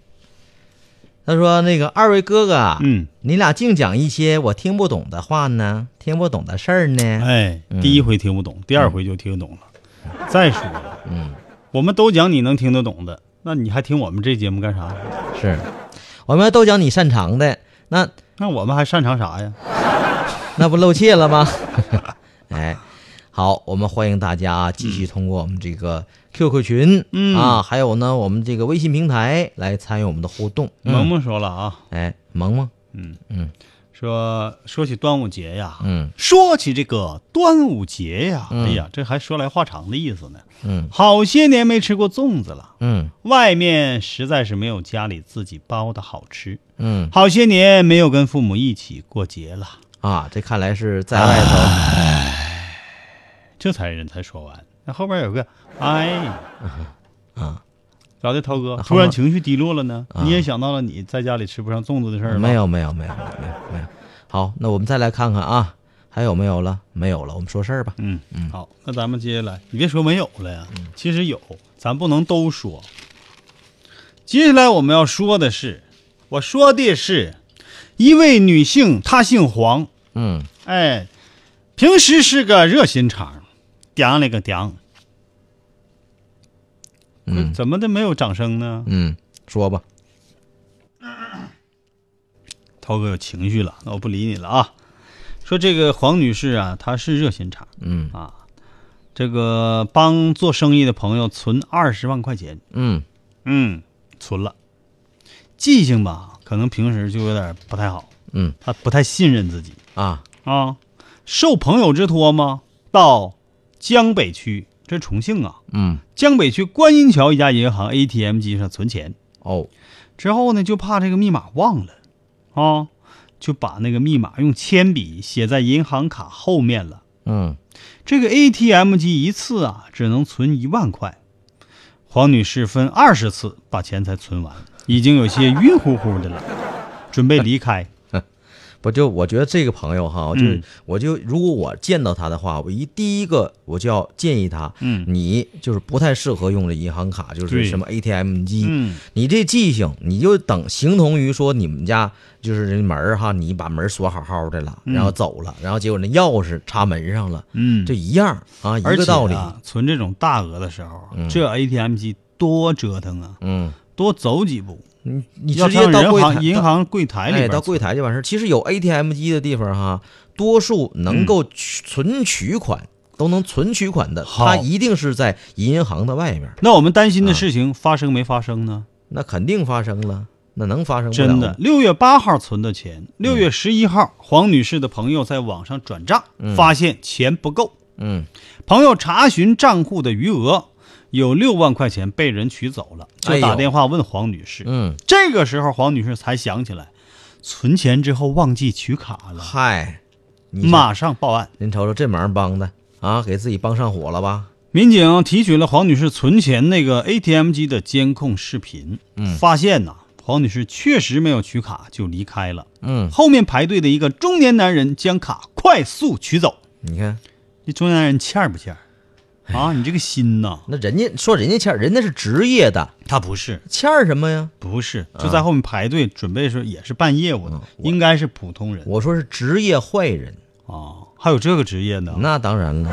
他说：“那个二位哥哥啊，嗯，你俩净讲一些我听不懂的话呢，听不懂的事儿呢。哎，第一回听不懂，第二回就听懂了。再说了，嗯，我们都讲你能听得懂的，那你还听我们这节目干啥？是，我们都讲你擅长的，那那我们还擅长啥呀？那不露怯了 吗？哎，好，我们欢迎大家啊继续通过我们这个 QQ 群，嗯啊，还有呢，我们这个微信平台来参与我们的互动。嗯萌，萌说了啊，哎，萌萌，说说起端午节呀，嗯说起这个端午节呀，哎呀，这还说来话长的意思呢。嗯好些年没吃过粽子了，嗯外面实在是没有家里自己包的好吃。嗯好些年没有跟父母一起过节了，啊，这看来是在外头这才人才说完。那后边有个哎，啊，咋的，涛哥后面突然情绪低落了呢？你也想到了你在家里吃不上粽子的事儿吗嗯没，有没有没有没有没有没有。好，那我们再来看看啊，还有没有了？没有了，我们说事儿吧。嗯，好，那咱们接下来，你别说没有了呀，其实有，咱不能都说。接下来我们要说的是，我说的是，一位女性，她姓黄，嗯哎，平时是个热心肠，嗲了个嗲。嗯怎么的没有掌声呢？嗯，说吧。涛哥有情绪了，那我不理你了啊。说这个黄女士啊，她是热心肠，嗯啊，这个帮做生意的朋友存二十万块钱，嗯嗯，存了。记性吧，可能平时就有点不太好，嗯她不太信任自己啊啊。受朋友之托吗？到江北区，这是重庆啊，嗯江北区观音桥一家银行 ATM 机上存钱，哦之后呢，就怕这个密码忘了，啊，就把那个密码用铅笔写在银行卡后面了。嗯，这个 ATM 机一次啊，只能存一万块。黄女士分二十次把钱才存完，已经有些晕乎乎的了，准备离开。不就我觉得这个朋友哈，我就是、嗯我就如果我见到他的话，我一第一个我就要建议他，嗯你就是不太适合用这银行卡，就是对什么 ATM 机，嗯你这记性你就等形同于说你们家就是人门儿哈，你把门儿锁好好的了，然后走了，然后结果那钥匙插门上了，嗯，这一样啊，一而个且道理，啊，存这种大额的时候啊，这 ATM 机多折腾啊，嗯，多走几步，你你要直接上到人柜行台银到行柜台里哎，边到存，柜台就完事儿。其实有 ATM 机的地方哈，多数嗯能够取存取款、都能存取款的，好它一定是在银行的外面，那我们担心的事情发生没发生呢？那肯定发生了，那能发嗯生不了真的吗，，六月八号存的钱，六月十一号，黄女士的朋友在网上转账，发现钱不够，嗯，朋友查询账户的余额有六万块钱被人取走了，哎就呦打电话问黄女士。嗯，这个时候，黄女士才想起来，存钱之后忘记取卡了，嗨，你这马上报案。您瞅瞅这忙帮的啊，给自己帮上火了吧？民警提取了黄女士存钱那个 ATM 机的监控视频，嗯发现呐、黄女士确实没有取卡就离开了。嗯，后面排队的一个中年男人将卡快速取走。你看这中年男人欠儿不欠哎儿？啊，你这个心呐、那人家说人家欠儿，人家是职业的，他不是，欠儿什么呀？不是，嗯就在后面排队准备说也是办业务的，应该是普通人我说是职业坏人。啊。还有这个职业呢？哦那当然了，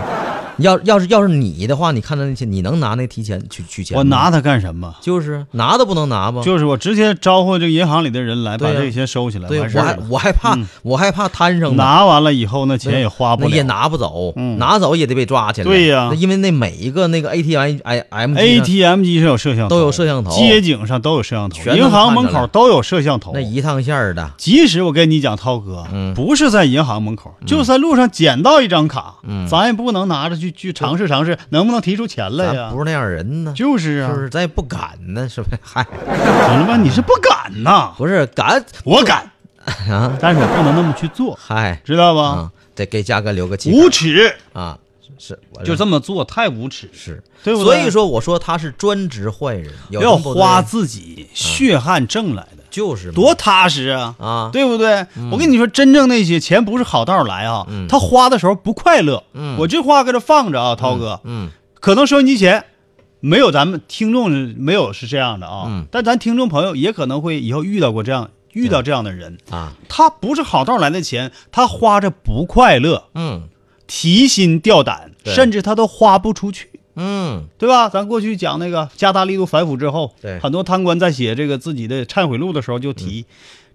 要要是要是你的话，你看到那钱，你能拿那提前取取钱吗？我拿它干什么？就是拿都不能拿吗？就是我直接招呼这个银行里的人来把对呀这个钱收起来，对我完事还儿了。嗯我害怕、我害怕摊上了，拿完了以后，那钱也花不那也了。拿不走，嗯拿走也得被抓起来。对呀那因为那每一个那个 ATM I M 啊 ATM 机上有摄像头，嗯都有摄像头街景上都有摄像头，全都银行门看着口了都有摄像头那。一嗯趟线儿的，即使我跟你讲，涛哥，不是在银行门口，嗯就在路上捡到一张卡，咱也不能拿着去去尝试尝试，能不能提出钱来咱呀不？是那样人呢，就是啊是不，是？咱也不敢呢，是不是？嗨，怎么办？你是不敢呐？不是敢我敢， 啊，但是我不能那么去做，嗨知道吧？啊，得给嘉哥留个气口无耻，啊，是我就这么做太无耻，是，对不对？所以说我说他是专职坏人，有要这么多的花人自己血汗挣来的，就是嘛多踏实啊！啊对不对？我跟你说，真正那些钱不是好道儿来啊，嗯他花的时候不快乐。我这话搁这放着啊，涛哥，嗯可能收音机前没有咱们听众是没有是这样的啊，嗯但咱听众朋友也可能会以后遇到过这样遇到这样的人，啊他不是好道儿来的钱，他花着不快乐，嗯提心吊胆，对甚至他都花不出去。嗯对吧？咱过去讲那个加大力度反腐之后，对嗯很多贪官在写这个自己的忏悔录的时候就提，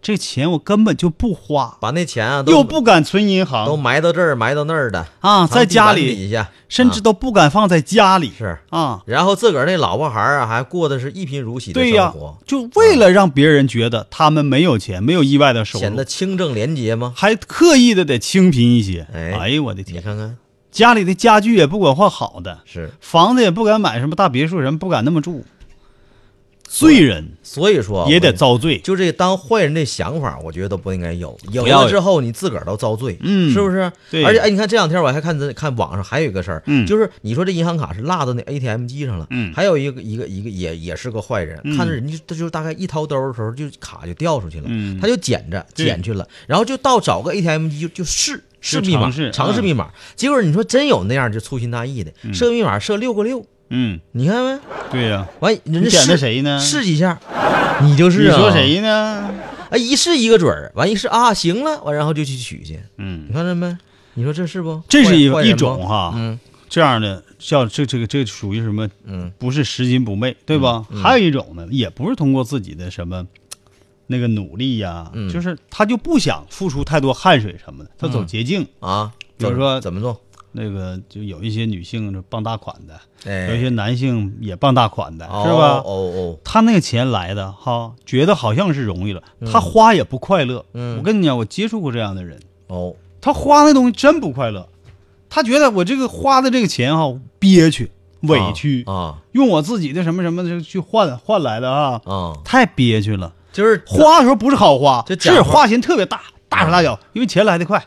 这钱我根本就不花，把那钱啊都又不敢存银都行埋到这儿埋到那儿的啊，藏在地家板里底下甚至啊都不敢放在家里是，啊，然后自个儿那老婆孩儿啊还过的是一贫如洗的对生呀活，，啊就为了让别人觉得他们没有钱，没有意外的收显得入，清正廉洁吗？还刻意的得清贫一些。哎哎呦我的你天，看看家里的家具也不管换好的，是，房子也不敢买什么大别墅，人不敢那么住，罪人所以说啊也得。我遭罪。就这当坏人这想法，我觉得都不应该有。有不要了有之后，你自个儿都遭罪，嗯是不是？对而且，哎，你看这两天我还看这看网上还有一个事儿，嗯就是你说这银行卡是落到那 ATM 机上了，嗯还有一个一个一个也也是个坏人，看着人家他就是大概一掏兜的时候，就卡就掉出去了，嗯他就捡着对捡去了，然后就到找个 ATM 机就就试试就密码尝试，尝试嗯密码，结果你说真有那样就粗心大意的，设密码设六个六，嗯。你看没？对呀、完人你家点的试谁呢试几下，你就是你啊说谁呢？哎，一试一个准儿，完一试啊，行了，完然后就去取去。嗯，你看着没？你说这是不？这是坏一个坏人一不种哈，嗯这样的叫这这个这属于什么？嗯，不是拾金不昧，对吧？还有一种呢，也不是通过自己的什么那个努力呀、嗯就是他就不想付出太多汗水什么的，他走捷径。啊，比如说怎么做？那个就有一些女性是傍大款的，哎，有一些男性也傍大款的，哦是吧？哦哦，他那个钱来的哈，觉得好像是容易了，他花也不快乐。嗯我跟你讲，我接触过这样的人，哦，他花那东西真不快乐，他觉得我这个花的这个钱哈、憋屈、委屈，啊用我自己的什么什么的去换换来的啊，啊，太憋屈了。就是花的时候不是好花这，假是话啊花钱特别大，大手大脚，因为钱来的快。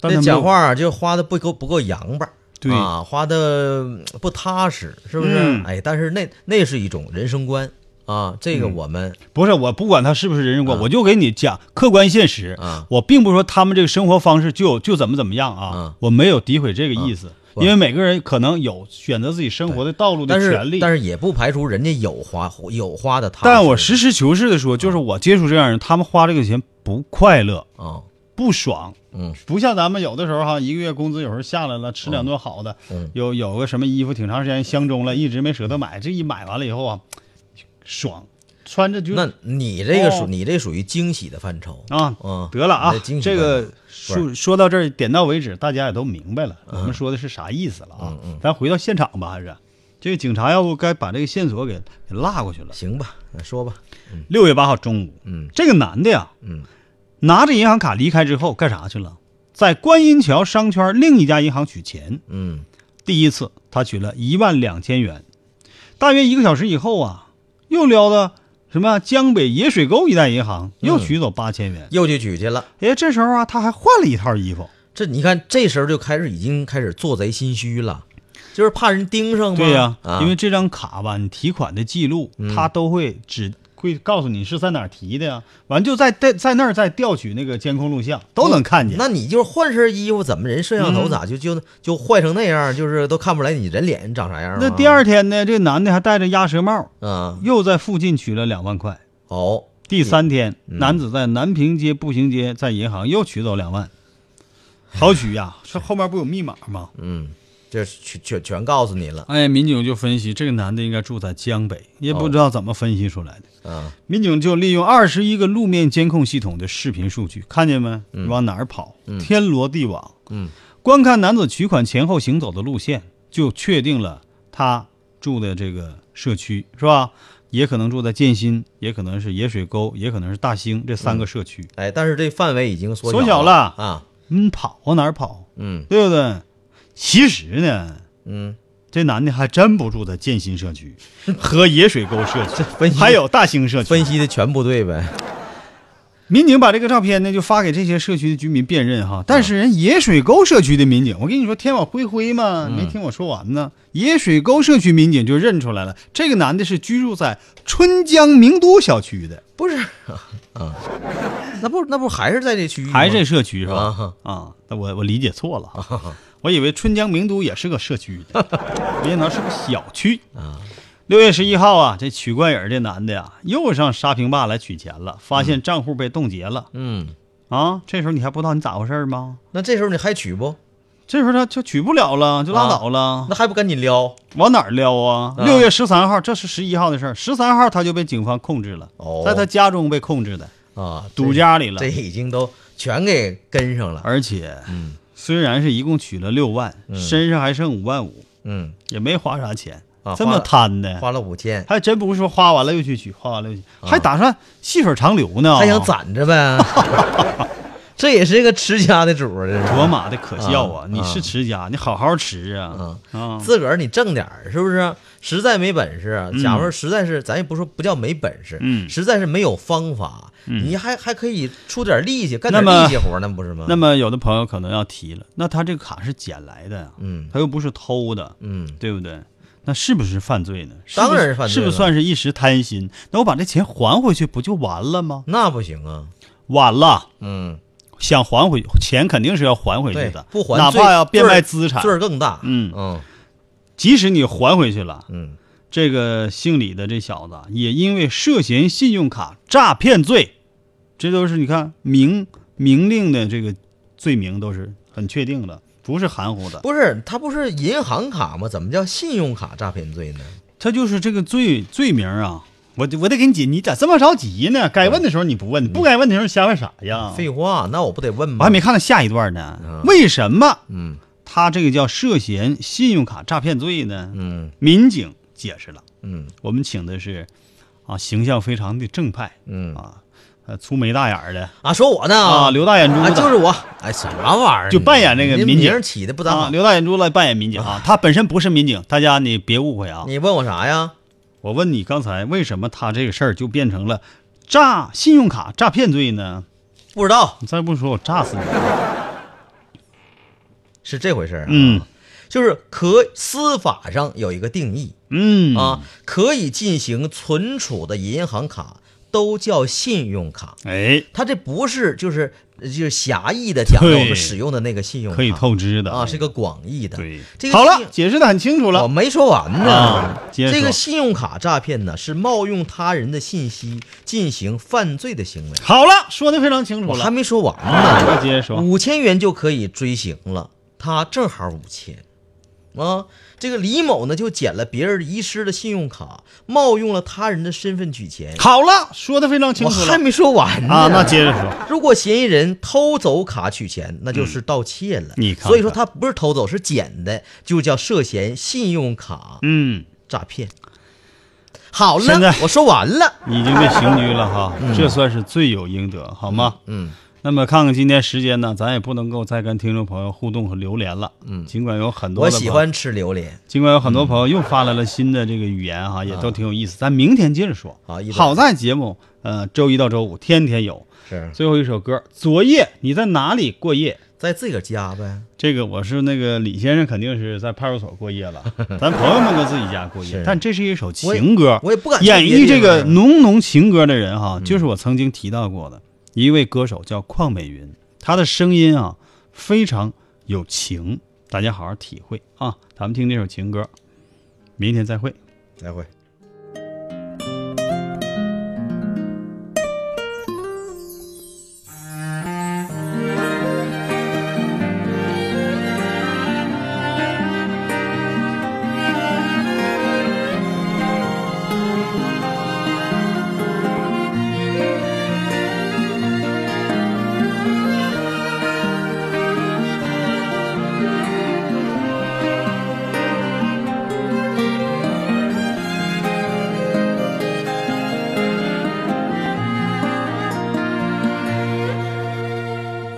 但那他没讲有话啊就花的不够不够洋巴儿，对啊，花的不踏实，是不是？嗯哎，但是那那是一种人生观啊，这嗯个我们、不是，我不管他是不是人生观，啊我就给你讲客观现实。啊我并不是说他们这个生活方式就就怎么怎么样啊，啊我没有诋毁这个意思，我因为每个人可能有选择自己生活的道路的但权是利。但是，是也不排除人家有花有花的踏实，嗯但我实事求是的说，就是我接触这样人，他们花这个钱不快乐、啊，不爽，嗯不像咱们有的时候哈，一个月工资有时候下来了，吃两顿好的，嗯有有个什么衣服挺长时间相中了，一直没舍得买，这一买完了以后啊，爽，穿着就那你这个属、哦你这属于惊喜的范畴啊，嗯得了啊你的，惊喜这范个畴说说到这儿，点到为止，大家也都明白嗯了，我们说的是啥意思了啊？咱回到现场吧，还是这个警察要不该把这个线索给给落过去了。行吧，那说吧，六月八号中午，嗯这个男的呀，嗯，拿着银行卡离开之后干啥去了？在观音桥商圈另一家银行取钱，嗯第一次他取了一万两千元，大约一个小时以后啊，又撩到什么江北野水沟一带银行，嗯又取走八千元。又去取去了。哎，这时候啊，他还换了一套衣服。这你看，这时候就开始已经开始做贼心虚了，就是怕人盯上嘛。对呀、啊，嗯因为这张卡吧，你提款的记录，他都会只会告诉你是在哪儿提的呀、完就在在在那儿再调取那个监控录像，都能看见。那你就是换身衣服，怎么人摄像嗯头咋就就就坏成那样？就是都看不出来你人脸长啥样啊那第二天呢，这男的还戴着鸭舌帽，啊，又在附近取了两万块。哦，第三天，男子在南平街步行街在银行又取走两万，好取呀、这后面不有密码吗？嗯，这全全全告诉你了哎，民警就分析这个男的应该住在江北，也不知道怎么分析出来的。啊，民警就利用二十一个路面监控系统的视频数据，看见没？往哪儿跑？天罗地网。嗯，观看男子取款前后行走的路线，就确定了他住的这个社区，是吧？也可能住在建新，也可能是野水沟，也可能是大兴这三个社区。哎，但是这范围已经缩缩小小了啊，嗯，跑往哪儿跑？嗯对不对？其实呢，嗯，这男的还真不住在建新社区和野水沟社分区，析 还有大兴社区。分析的全不对呗，民警把这个照片呢就发给这些社区的居民辨认哈，但是人野水沟社区的民警，我跟你说天网恢恢嘛，没听我说完呢。野水沟社区民警就认出来了，这个男的是居住在春江名都小区的，不是啊啊，那不那不还是在这区域吗，还是这社区是吧啊？啊，那我我理解错了哈，我以为春江名都也是个社区 的，没想到是个小区啊。六月十一号啊，这取罐人这男的呀，又上沙坪坝来取钱了，发现账户被冻结了嗯，啊！这时候你还不知道你咋回事儿吗？那这时候你还取不？这时候他就取不了了，就拉倒了，那还不赶紧撩？往哪儿撩啊？啊六月十三号，这是十一号的事儿，十三号他就被警方控制了，哦在他家中被控制的，啊，堵家里了这，已经都全给跟上了。而且，嗯虽然是一共取了六万，身上还剩五万五，嗯，也没花啥钱，啊这么贪的，花了五千，还真不是说花完了又去取，花完了又去，还打算细水长流呢，还想攒着 呗。这也是一个持家的主儿，这是罗马的可笑啊！啊你是持家，你好好吃啊啊！啊，自个儿你挣点儿，是不是？实在没本事，假如说实在是，咱也不说不叫没本事，嗯实在是没有方法，你还还可以出点力气，干点那么力气活儿，那不是吗？那么有的朋友可能要提了，那他这个卡是捡来的呀，啊嗯他又不是偷的，嗯，对不对？那是不是犯罪呢？是当不是然是犯罪是不是了算是一时贪心？那我把这钱还回去不就完了吗？那不行啊，晚了，嗯，想还回钱肯定是要还回去对的，，不还哪罪怕要变罪儿卖资产罪，儿更大。嗯嗯即使你还回去了，嗯，这个姓李的这小子啊也因为涉嫌信用卡诈骗罪，这都是你看明明令的这个罪名都是很确定的，不是含糊的。不是，他不是银行卡吗？怎么叫信用卡诈骗罪呢？他就是这个罪罪名啊，我得我得给你解，你咋这么着急呢？该问的时候你不嗯问，不该问的时候瞎问啥呀？废话，那我不得问吗？啊我还没看到下一段呢嗯，为什么嗯他这个叫涉嫌信用卡诈骗罪呢？嗯民警解释了，嗯我们请的是啊，形象非常的正派嗯啊，呃，粗眉大眼儿的啊，说我呢啊，刘大眼珠啊，子就是我，哎，什么玩意儿呢？就扮演那个你民警名儿起的不咋啊，好。刘大眼珠子扮演民警啊，他本身不是民警，大家你别误会啊。你问我啥呀？我问你刚才为什么他这个事儿就变成了诈信用卡诈骗罪呢？不知道你再不说，我炸死你！是这回事儿、啊。嗯，就是可司法上有一个定义嗯啊，，可以进行存储的银行卡都叫信用卡。哎，它这不是就是就是狭义的讲的对我们使用的那个信用卡，可以透支的啊，是个广义的。对，这个好信了，用解释的很清楚我了。没说完呢。啊接着这说个信用卡诈骗呢，是冒用他人的信息进行犯罪的行为。好了，说的非常清楚我还了。没嗯说完呢，啊，接着说，五千元就可以追刑了，他正好五千。啊，这个李某呢就捡了别人遗失的信用卡，冒用了他人的身份取钱。好了，说的非常清我楚还了。没说完呢。啊，那接着说，如果嫌疑人偷走卡取钱，那就是盗窃了。嗯你看看所以说他不是偷走，是捡的，就叫涉嫌信用卡嗯，诈骗。好现了在，我说完了。你已经被刑拘了哈，这算是罪有应得，好吗？嗯，那么看看今天时间呢，咱也不能够再跟听众朋友互动和留言了。嗯，尽管有很多我的朋喜友，欢吃榴莲。尽管有很多朋友又发来了新的这个语言哈，也都挺有意思。咱明天接着说。好嗯啊一会儿好在节目呃周一到周五天天有。是最后一首歌，昨夜你在哪里过夜？在自个儿家呗，这个我是那个李先生，肯定是在派出所过夜 了，咱朋友们都自己家过夜是。但这是一首情歌，我也不敢演去别嗯绎地这个方浓浓情歌的人哈，就是我曾经提到过的一位歌手叫邝美云，她的声音啊非常有情，大家好好体会啊。咱们听这首情歌，明天再会。来回。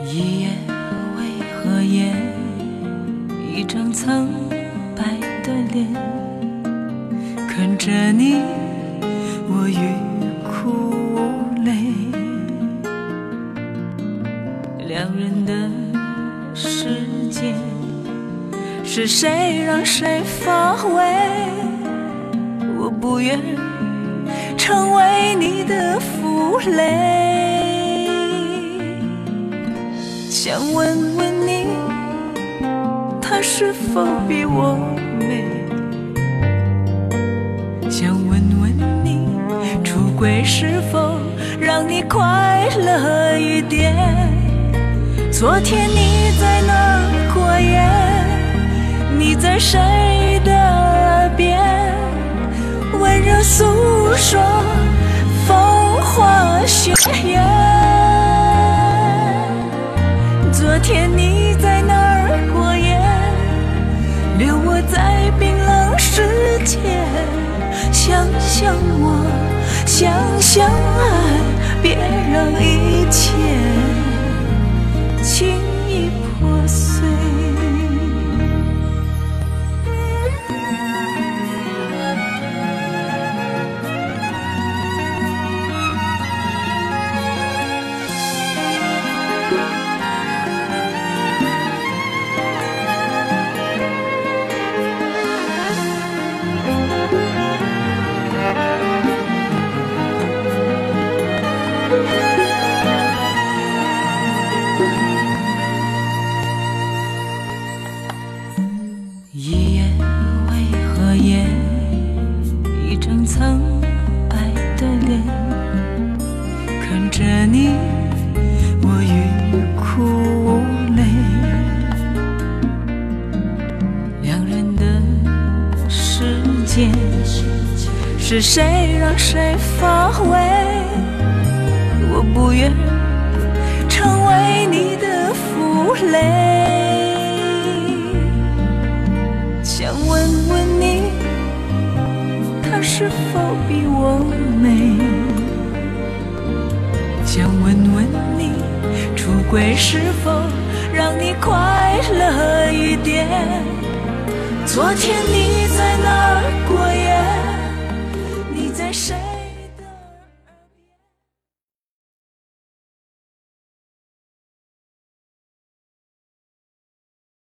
夜夜为何夜？一张苍白的脸，看着你，我欲哭无泪。两人的世界，是谁让谁防卫？我不愿成为你的负累。想问问你，她是否比我美？想问问你，出轨是否让你快乐一点？昨天你在哪儿过夜？你在谁的耳边温柔诉说风花雪月？昨天你在哪儿过夜？留我在冰冷世界，想想我，想想爱，别让一切轻易破碎。一夜为何夜？一张苍白的脸，看着你，我欲哭无泪。两人的世界，是谁让谁发威？我不愿成为你的负累。想问问你，她是否比我美？想问问你，出轨是否让你快乐一点？昨天你在哪儿过夜？你在谁